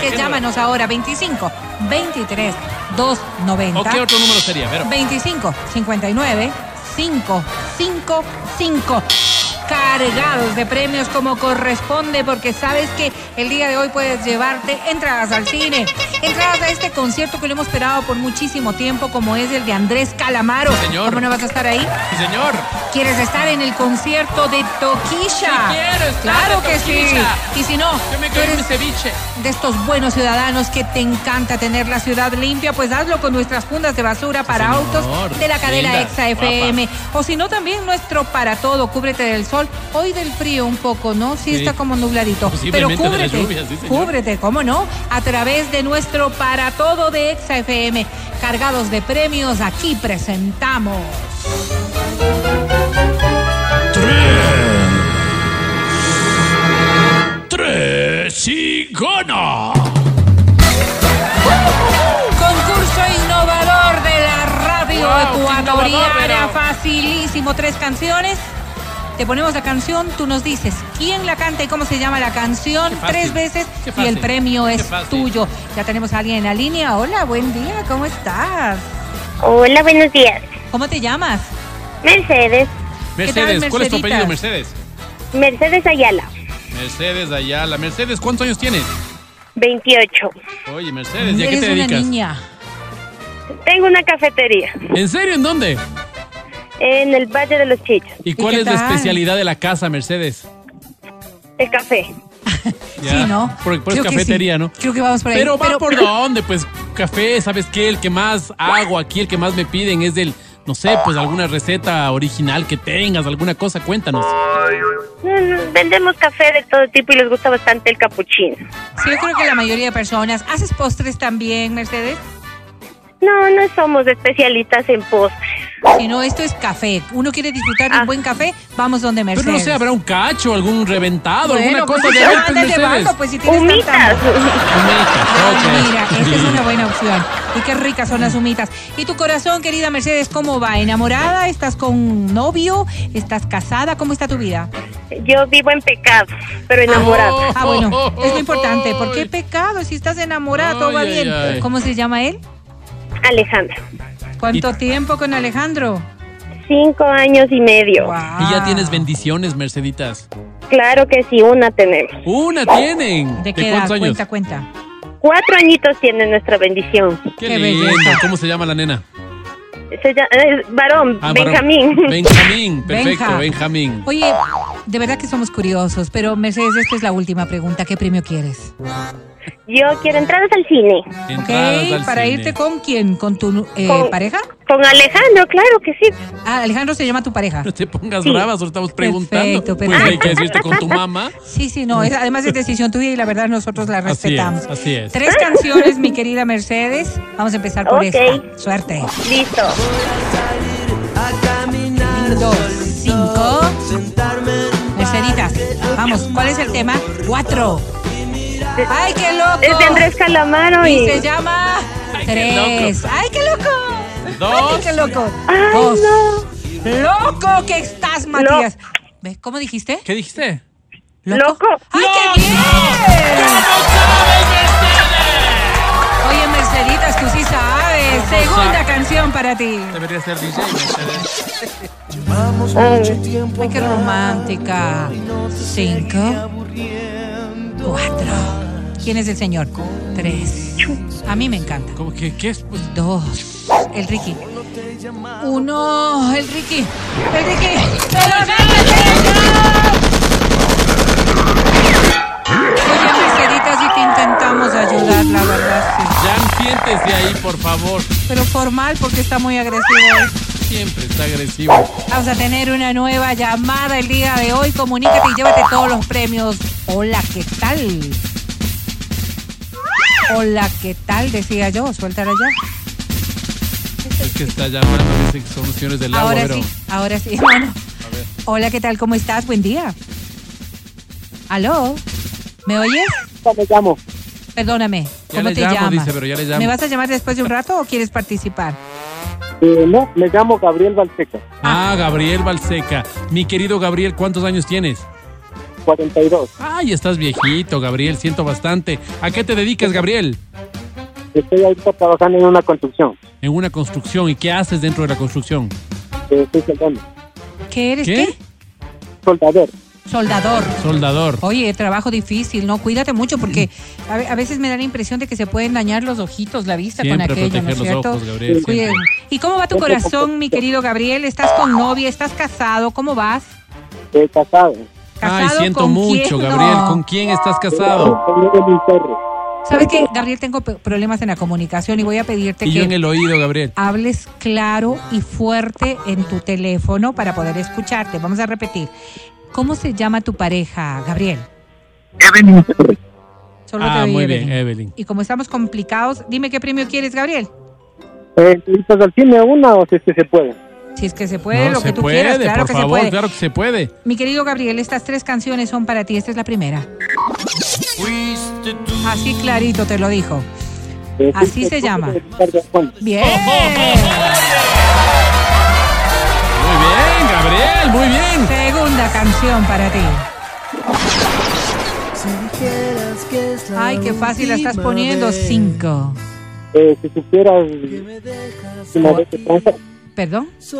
que llámanos ahora 25 23 290. ¿O qué otro número sería, Vero? 25 59 5 5 5 cargados de premios como corresponde porque sabes que el día de hoy puedes llevarte entradas al cine, entradas a este concierto que lo hemos esperado por muchísimo tiempo como es el de Andrés Calamaro. Sí, señor. ¿Cómo no vas a estar ahí? Sí, señor. ¿Quieres estar en el concierto de Toquilla? Sí quiero estar claro de que Toquilla. sí. Y si no, Yo me tú quedo en mi eres ceviche. de estos buenos ciudadanos que te encanta tener la ciudad limpia, pues hazlo con nuestras fundas de basura para señor. autos de la cadena Lindas, Exa FM. O si no, también nuestro para todo, cúbrete del sol. Hoy del frío un poco, ¿no? Sí, Sí. está como nubladito. Pero Posiblemente de la cúbrete, lluvia, sí, señor. cúbrete, ¿cómo no? A través de nuestro para todo de Exa FM. Cargados de premios, aquí presentamos. Tres y gana. Concurso innovador de la radio Wow, qué ecuatoriana, innovador, pero- facilísimo, tres canciones. Te ponemos la canción, tú nos dices quién la canta y cómo se llama la canción Qué fácil, tres veces y qué el fácil, premio qué es fácil. tuyo. Ya tenemos a alguien en la línea. Hola, buen día, ¿cómo estás? Hola, buenos días. ¿Cómo te llamas? Mercedes, Mercedes, ¿cuál es Merceditas? tu apellido, Mercedes? Mercedes Ayala, Mercedes Ayala. Mercedes, ¿cuántos años tienes? 28. Oye, Mercedes, ¿y a qué Eres te una dedicas? niña. Tengo una cafetería ¿En serio? ¿En dónde? en el Valle de los Chichos, ¿Y cuál qué es la tal? especialidad de la casa, Mercedes? el café. Ya, Sí, ¿no? Porque pues Creo que sí. cafetería, ¿no? Creo que vamos por ahí. Pero va por dónde, pues café, ¿sabes qué? El que más hago aquí, el que más me piden es del, no sé, pues alguna receta original que tengas, alguna cosa, cuéntanos. Mm, Vendemos café de todo tipo y les gusta bastante el capuchino. Sí, yo creo que la mayoría de personas. ¿Haces postres también, Mercedes? No, no somos especialistas en postres. Si no, esto es café. Uno quiere disfrutar de Ah. un buen café, vamos donde Mercedes. Pero no sé, habrá un cacho, algún reventado, Ah, alguna Bueno, cosa pues, de ya ahí, pues, andas de Mercedes. bando, pues si tienes Humitas. tanta- Humitas, Ay, ok. Mira, esa es una buena opción. Y qué ricas son las humitas. ¿Y tu corazón, querida Mercedes, cómo va? ¿Enamorada? ¿Estás con novio? ¿Estás casada? ¿Cómo está tu vida? Yo vivo en pecado, pero enamorada. Ah, bueno, es lo importante. ¿Por qué pecado? Si estás enamorada, todo va Ay, ay, bien. ay. ¿Cómo se llama él? Alejandra, ¿Cuánto tiempo con Alejandro? cinco años y medio. Guau. Y ya tienes bendiciones, Merceditas. Claro que sí, una tenemos. Una tienen. ¿De qué edad? cuántos años? Cuenta, cuenta. Cuatro añitos tiene nuestra bendición. Qué, Qué lindo. belleza. ¿Cómo se llama la nena? Se llama- eh, varón, Ah, varón. Benjamín. Benjamín, perfecto, Benja. Benjamín. Oye, de verdad que somos curiosos, pero Mercedes, esta es la última pregunta. ¿Qué premio quieres? Yo quiero entradas al cine. ¿Ok? Entradas al ¿Para cine. irte con quién? ¿Con tu eh, Con- pareja? Con Alejandro, claro que sí. Ah, Alejandro se llama tu pareja. No te pongas Sí. brava, solo estamos preguntando. Perfecto, Pues hay perfecto. que decirte con tu mamá. Sí, sí, no. es- además es decisión tuya y la verdad nosotros la Así respetamos. es, así es. Tres canciones, mi querida Mercedes. Vamos a empezar por Ok. esta. Suerte. Listo. Dos, cinco. Merceditas, vamos. ¿Cuál es el tema? Cuatro. ¡Ay, qué loco! Es de Andrés Calamaro Y y... se llama Ay, qué Tres. ¡Ay, qué loco! Dos. ¡Ay, qué loco! Ay, Dos. no. ¡Loco que estás, Matías! ¿Ves cómo dijiste? ¿Qué dijiste? Loco. ¡Ay, ¡Loco! qué bien! Oye, Merceditas, tú sí sabes. Segunda sabe? canción para ti. Debería ser DJ, Mercedes. Ay, Ay, qué romántica. Cinco. Cuatro. ¿Quién es el señor? Tres. A mí me encanta. ¿Cómo que qué es? Pues, Dos. El Ricky. Uno. El Ricky. El Ricky. ¡Pero no me dejas! Oye, Merceditas, sí te intentamos ayudar, la verdad, sí. Jan, siéntese ahí, por favor. Pero formal, porque está muy agresivo. hoy. Siempre está agresivo. Vamos a tener una nueva llamada el día de hoy. Comunícate y llévate todos los premios. Hola, ¿qué tal? Hola, ¿qué tal? Decía yo, suéltala ya. Es que está llamando, dice que son los señores del lago, ahora pero. sí, ahora sí. Bueno. Hola, ¿qué tal? ¿Cómo estás? Buen día. ¿Aló? ¿Me oyes? ¿Cómo llamo? Perdóname. Ya ¿Cómo le te llamo, llamas? dice, pero ya le llamo. ¿Me vas a llamar después de un rato o quieres participar? Eh, no, me llamo Gabriel Balseca. Ah, Gabriel Balseca. Mi querido Gabriel, ¿cuántos años tienes? 42. Ay, estás viejito, Gabriel, siento bastante. ¿A qué te dedicas, Gabriel? Estoy ahorita trabajando en una construcción. En una construcción. ¿Y qué haces dentro de la construcción? Eh, Estoy soldando. ¿Qué eres? ¿Qué? ¿Qué? Soldador. Soldador. Soldador. Oye, trabajo difícil, ¿no? Cuídate mucho porque a, ve- a veces me da la impresión de que se pueden dañar los ojitos, la vista Siempre con aquello, ¿no proteger es los cierto? ojos, Gabriel, Cuide- siempre. ¿Y cómo va tu corazón, mi querido Gabriel? ¿Estás con novia? ¿Estás casado? ¿Cómo vas? eh, casado. Ay, ¿Casado siento con mucho, quién? Gabriel. No. ¿Con quién estás casado? Soy Miguel Inferri. ¿Sabes qué, Gabriel? Tengo pe- problemas en la comunicación y voy a pedirte Y yo que en el oído, Ah, Gabriel. hables claro y fuerte en tu teléfono para poder escucharte. Vamos a repetir. ¿Cómo se llama tu pareja, Gabriel? Evelyn Inferri. Solo te Ah, oí, muy Evelyn. bien, Evelyn. Y como estamos complicados, dime qué premio quieres, Gabriel. Eh, ¿Entrevistas al cine una o si es que se puede? Si es que se puede, No, lo se que tú puede, quieras, claro por que favor, se puede. claro que se puede. Mi querido Gabriel, estas tres canciones son para ti. Esta es la primera. Así clarito te lo dijo. Eh, Así sí, se sí, llama. sí, Ricardo Arjona. Oh, Bien. Muy bien, Gabriel, muy bien. Segunda canción para ti. Ay, qué fácil la estás poniendo. Cinco. Eh, si supieras una vez que transa, Perdón. trans-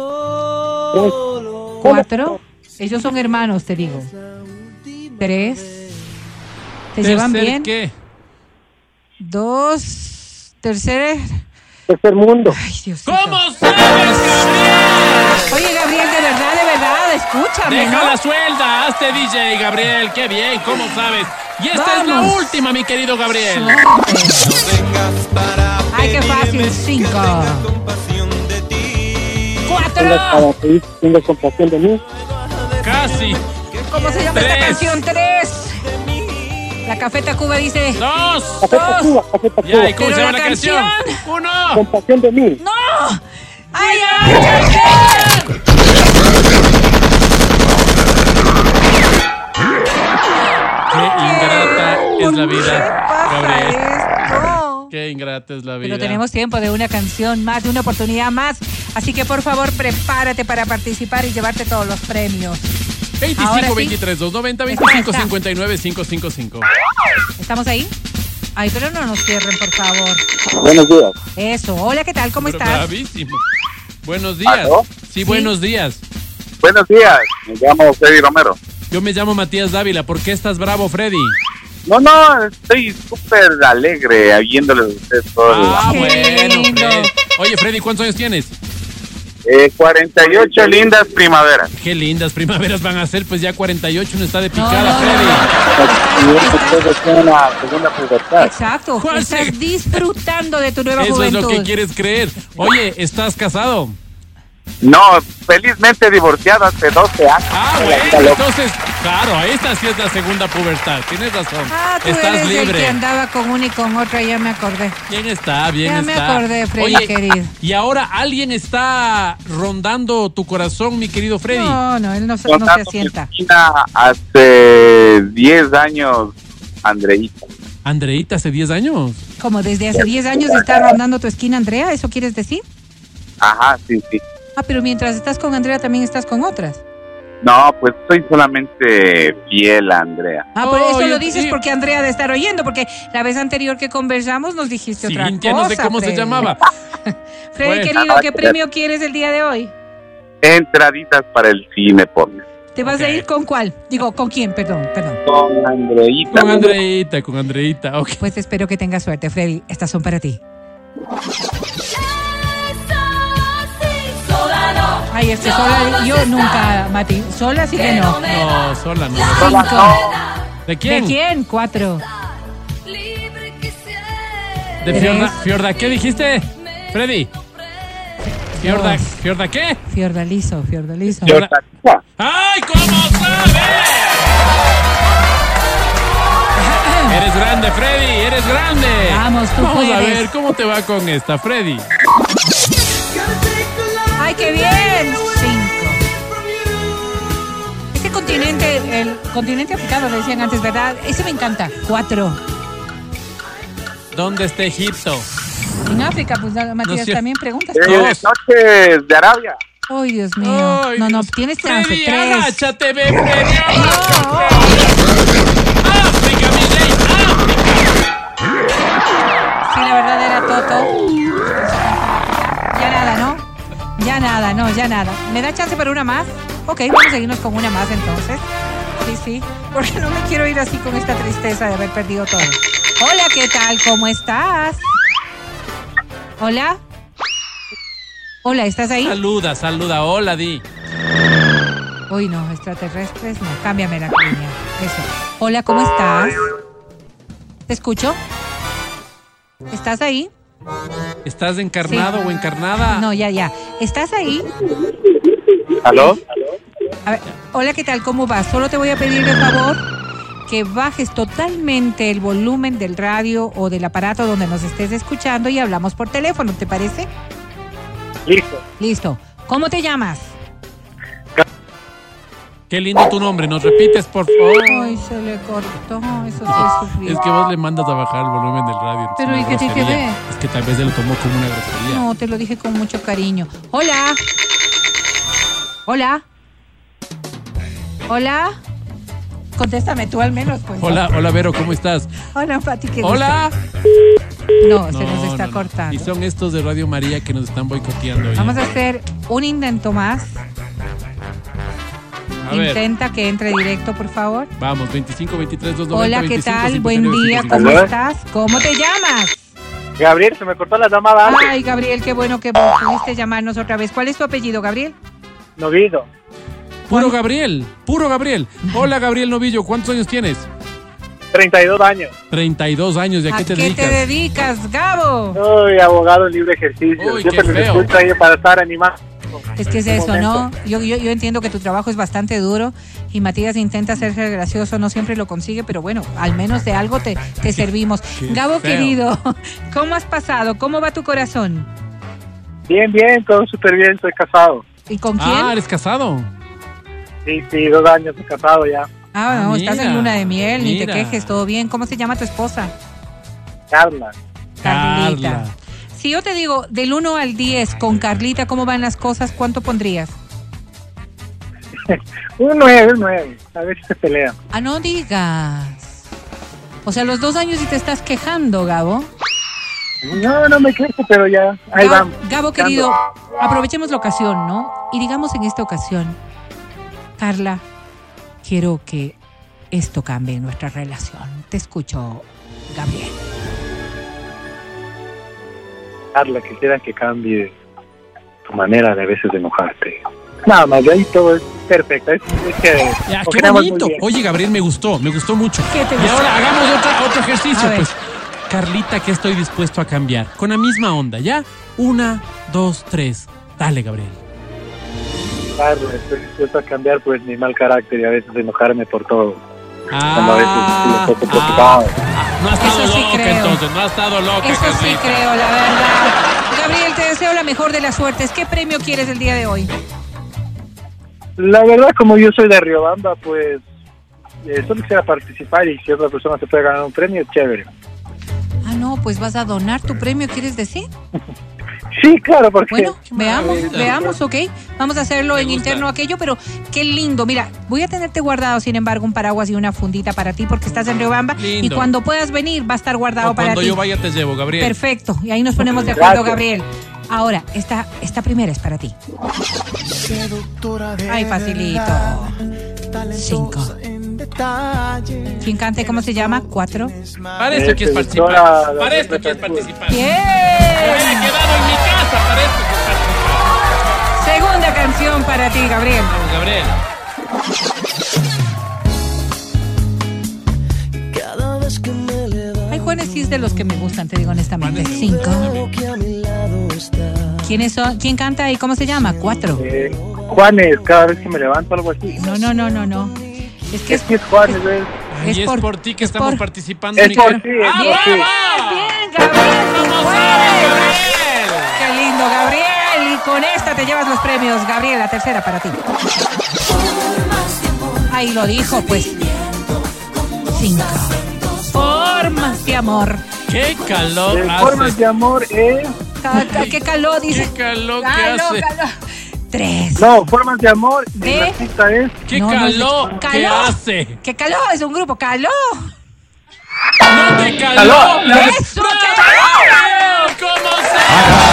Cuatro. Ellos son hermanos, te digo. Tres. ¿Te llevan Tercer bien? qué? Dos. Tercer. tercer mundo. Ay, Dios ¿Cómo sabes, Gabriel? Oye, Gabriel, de verdad, de verdad, escúchame. Deja ¿no? la suelda, hazte DJ, Gabriel. Qué bien, ¿cómo sabes? Y esta es la Vamos. última, mi querido Gabriel. Suerte. Ay, qué fácil. Cinco. Tengas Cuatro. para pedir, tengas compasión de mí. Casi. ¿Cómo se llama Tres. esta canción? Tres. La Cafeta Cuba dice. Dos. Cafeta Dos. Cuba, Cafeta Ya, ¿y Cuba. cómo Pero se llama la la canción? Uno. Compasión de mí. ¡No! ¡Ay, ay, Chalcén! Qué ingrata es la vida, ¿Qué Gabriel. pasa esto? Qué ingrata es la vida. Pero tenemos tiempo de una canción más, de una oportunidad más. Así que por favor, prepárate para participar y llevarte todos los premios. Ahora 25, sí. 23, 2, 90, Está, 25, está. 59, 555. ¿Estamos ahí? Ay, pero no nos cierren, por favor. Buenos días. Eso. Hola, ¿qué tal? ¿Cómo Pero estás? Bravísimo. Buenos días. ¿Aló? Sí, buenos días. Buenos días, me llamo Freddy Romero. Yo me llamo Matías Dávila. ¿Por qué estás bravo, Freddy? No, no, estoy súper alegre viéndoles a ustedes todos. Ah, Qué bueno, lindo. Freddy. Oye, Freddy, ¿cuántos años tienes? Eh, 48 lindas primaveras. Qué lindas primaveras van a ser, pues ya 48 no está de No, picada, no, Freddy. Y ustedes tienen la segunda pubertad. Exacto. ¿Cuál Estás se- disfrutando de tu nueva Eso juventud. es lo que quieres creer. Oye, ¿estás casado? No, felizmente divorciado hace 12 años. Ah, Está bueno, loco. entonces, claro, esta sí es la segunda pubertad. Tienes razón. Ah, tú Estás eres el que libre. andaba con una y con otra, ya me acordé. Bien está, bien Ya está. me acordé, Freddy, Oye, querido. Y ahora alguien está rondando tu corazón, mi querido Freddy. No, no, él no, se- no se Contando asienta. mi esquina hace 10 años, Andreita. Andreita, hace 10 años. Como desde hace 10 años está rondando tu esquina, Andrea, ¿eso quieres decir? Ajá, sí, sí. Ah, pero mientras estás con Andrea también estás con otras. No, pues soy solamente fiel a Andrea. Ah, por Oh, eso yo- lo dices yo- porque Andrea ha de estar oyendo, porque la vez anterior que conversamos nos dijiste otra cosa. Cintia, no sé cómo se Freddy. llamaba. Pues, Freddy, Bueno. querido, ¿qué premio quieres el día de hoy? Entraditas para el cine, por mí. ¿Te vas Ok. a ir con cuál? Digo, ¿con quién? Perdón, perdón. Con Andreita. Con Andreita, con Andreita. Ok. Pues espero que tengas suerte, Freddy. Estas son para ti. Ay, este sola, yo nunca, Mati. Sola sí que no. No, sola no. Cinco. ¿De ¿De quién? quién? Cuatro. De Tres. Fiorda. Fiorda, ¿qué dijiste? Freddy. Fiorda, Dos. ¿Fiorda qué? Fiordalizo, Fiordalizo. Fiorda- Andreita. ¡Ay, cómo sabes! Eres grande, Freddy, eres grande. Vamos, tú Vamos a puedes. ver cómo te va con esta, Freddy. ¡Ay, qué bien! Cinco. Este continente, el continente africano, le decían antes, ¿verdad? Ese me encanta. Cuatro. ¿Dónde está Egipto? En África, pues, nada, Matías, sé. también preguntas. Eh, Dos. noches de Arabia. Ay, Dios mío. Ay, no, no, Dios. tienes chance. Freddy, Tres. agáchate, ve, Freddy. No. ya nada, no, ya nada. ¿Me da chance para una más? Ok, vamos a seguirnos con una más entonces. Sí, sí, porque no me quiero ir así con esta tristeza de haber perdido todo. Hola, ¿qué tal? ¿Cómo estás? Hola. Hola, ¿estás ahí? Saluda, saluda. Hola, Di. Uy, no, extraterrestres, no, cámbiame la línea. Eso. Hola, ¿cómo estás? ¿Te escucho? ¿Estás ahí? ¿Estás encarnado Sí. o encarnada? No, ya, ya. ¿Estás ahí? ¿Aló? A ver, hola, ¿qué tal? ¿Cómo vas? Solo te voy a pedir de favor que bajes totalmente el volumen del radio o del aparato donde nos estés escuchando y hablamos por teléfono, ¿te parece? Listo. Listo. ¿Cómo te llamas? Qué lindo tu nombre. ¿Nos repites, por favor? Ay, se le cortó. Eso sí es sufrir. Ah, Es que vos le mandas a bajar el volumen del radio. entonces Pero, una ¿y qué tiene que grosería. ver? Es que tal vez él lo tomó como una grosería. No, te lo dije con mucho cariño. Hola. Hola. Hola. Contéstame tú al menos, pues. Hola, hola, Vero, ¿cómo estás? Hola, Pati. ¿qué Hola. gusto. No, se No, nos está no, no. cortando. Y son estos de Radio María que nos están boicoteando. ¿eh? oye. Vamos a hacer un intento más. A ver, Intenta que entre directo, por favor. Vamos, 25, 23, 2, Hola, ¿qué tal? Buen día, ¿cómo Hola. estás? ¿Cómo te llamas? Gabriel, se me cortó la Ah. llamada antes. Ay, Gabriel, qué bueno que vos pudiste llamarnos otra vez. ¿Cuál es tu apellido, Gabriel? Novido. Puro Gabriel, puro Gabriel. Hola, Gabriel Novillo, ¿cuántos años tienes? 32 años. 32 años, ¿y a qué te dedicas? dedicas, Gabo? Soy abogado en libre ejercicio. Uy, Siempre qué me feo. escucho ahí para estar animado. Es que es Un eso, ¿no? momento. Yo, yo, yo entiendo que tu trabajo es bastante duro y Matías intenta hacerse el gracioso, no siempre lo consigue, pero bueno, al menos de algo te, te servimos. qué Gabo, feo. querido, ¿cómo has pasado? ¿Cómo va tu corazón? Bien, bien, todo súper bien. Soy casado. ¿Y con quién? Ah, Ah, eres casado. Sí, sí, dos años de casado ya. ah, no, estás en mira, luna de miel, ni te mira. quejes, todo bien. ¿Cómo se llama tu esposa? Carla. Carlita. Carla. Si yo te digo del 1 al 10 con Carlita, ¿cómo van las cosas? ¿Cuánto pondrías? Un 9, un 9. A ver si se pelean. Ah, no digas. O sea, los dos años y te estás quejando, Gabo. No, no me quejo, pero ya. Ahí Gabo, vamos. Gabo, querido, aprovechemos la ocasión, ¿no? Y digamos en esta ocasión, Carla, quiero que esto cambie en nuestra relación. Te escucho, Gabriel. Carla, quisiera que cambie tu manera de a veces de enojarte. Nada más, de ahí todo es perfecto. Es, es que Ya, Ah, qué congeniamos muy bonito. bien. Oye, Gabriel, me gustó, me gustó mucho. ¿Qué te Y gustó? ahora hagamos otra- otro A ejercicio, ver. pues. Carlita, ¿qué estoy dispuesto a cambiar? Con la misma onda, ¿ya? Una, dos, tres. Dale, Gabriel. Carla, estoy dispuesto a cambiar pues mi mal carácter y a veces enojarme por todo. Cuando a veces estoy un Ah, poco ah, preocupado. ah, no ha estado Eso sí loca, creo. entonces. No ha estado loca, Eso sí Carlita. creo, la verdad. Gabriel, te deseo la mejor de las suertes. ¿Qué premio quieres el día de hoy? La verdad, como yo soy de Riobamba, pues eh, solo quisiera participar y si otra persona se puede ganar un premio, chévere. Ah, no, pues vas a donar tu premio, ¿quieres decir? Sí, claro, porque Bueno, veamos, maravilla. veamos, ok. Vamos a hacerlo Me en gusta. interno aquello, pero qué lindo. Mira, voy a tenerte guardado, sin embargo, un paraguas y una fundita para ti porque estás en Riobamba. Y Lindo. cuando puedas venir, va a estar guardado O para cuando ti. yo vaya te llevo, Gabriel. Perfecto. Y ahí nos ponemos de acuerdo, Gracias. Gabriel. Ahora, esta, esta primera es para ti. Ay, facilito. Cinco. ¿Quién cante? ¿Cómo se llama? Cuatro. Para eso Este, quieres participar. doctora, Para doctora esto quieres Cantur. participar. Me ¡Bien! hubiera quedado en mi casa. Para esto quieres participar. Segunda canción para ti, Gabriel. Gabriel. Cada vez que me levanto Ay, Juanes sí es de los que me gustan, te digo honestamente. Cinco. veo que a mi lado está. ¿Quiénes son? ¿Quién canta y cómo se llama? Cuatro. eh, Juanes, cada vez que me levanto, algo así. No, no, no, no, no. Es que Es es, que es Juanes, es, eh, Es y por- es por ti que es estamos por- participando. es mi por querido. ti, es ¡Ah, por ti. bravo! Bien, Gabriel. ¡Vamos, Juárez. Gabriel! Qué lindo, Gabriel. Y con esta te llevas los premios, Gabriel. La tercera para ti. Ahí lo dijo, pues. Cinco. Formas de amor. ¡Qué calor Eh, formas hace! de amor es... Ca- ca- ¿Qué calor dice? ¡Qué calor que Caló, hace! caló. Tres. No, formas de amor, el ¿De? artista es... ¡Qué No, no, calor que caló. hace! ¿Qué caló? Es un grupo. Caló. ¡No te caló! Caló. la- Eso, qué caló. ¡Bravo! ¿Cómo se-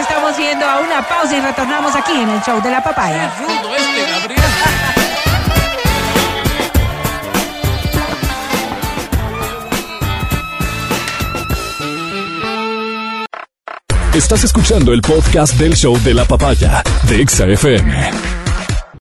Estamos yendo a una pausa y retornamos aquí en el show de la papaya. Es rudo este, Gabriel. Estás escuchando el podcast del show de la papaya de Exa FM.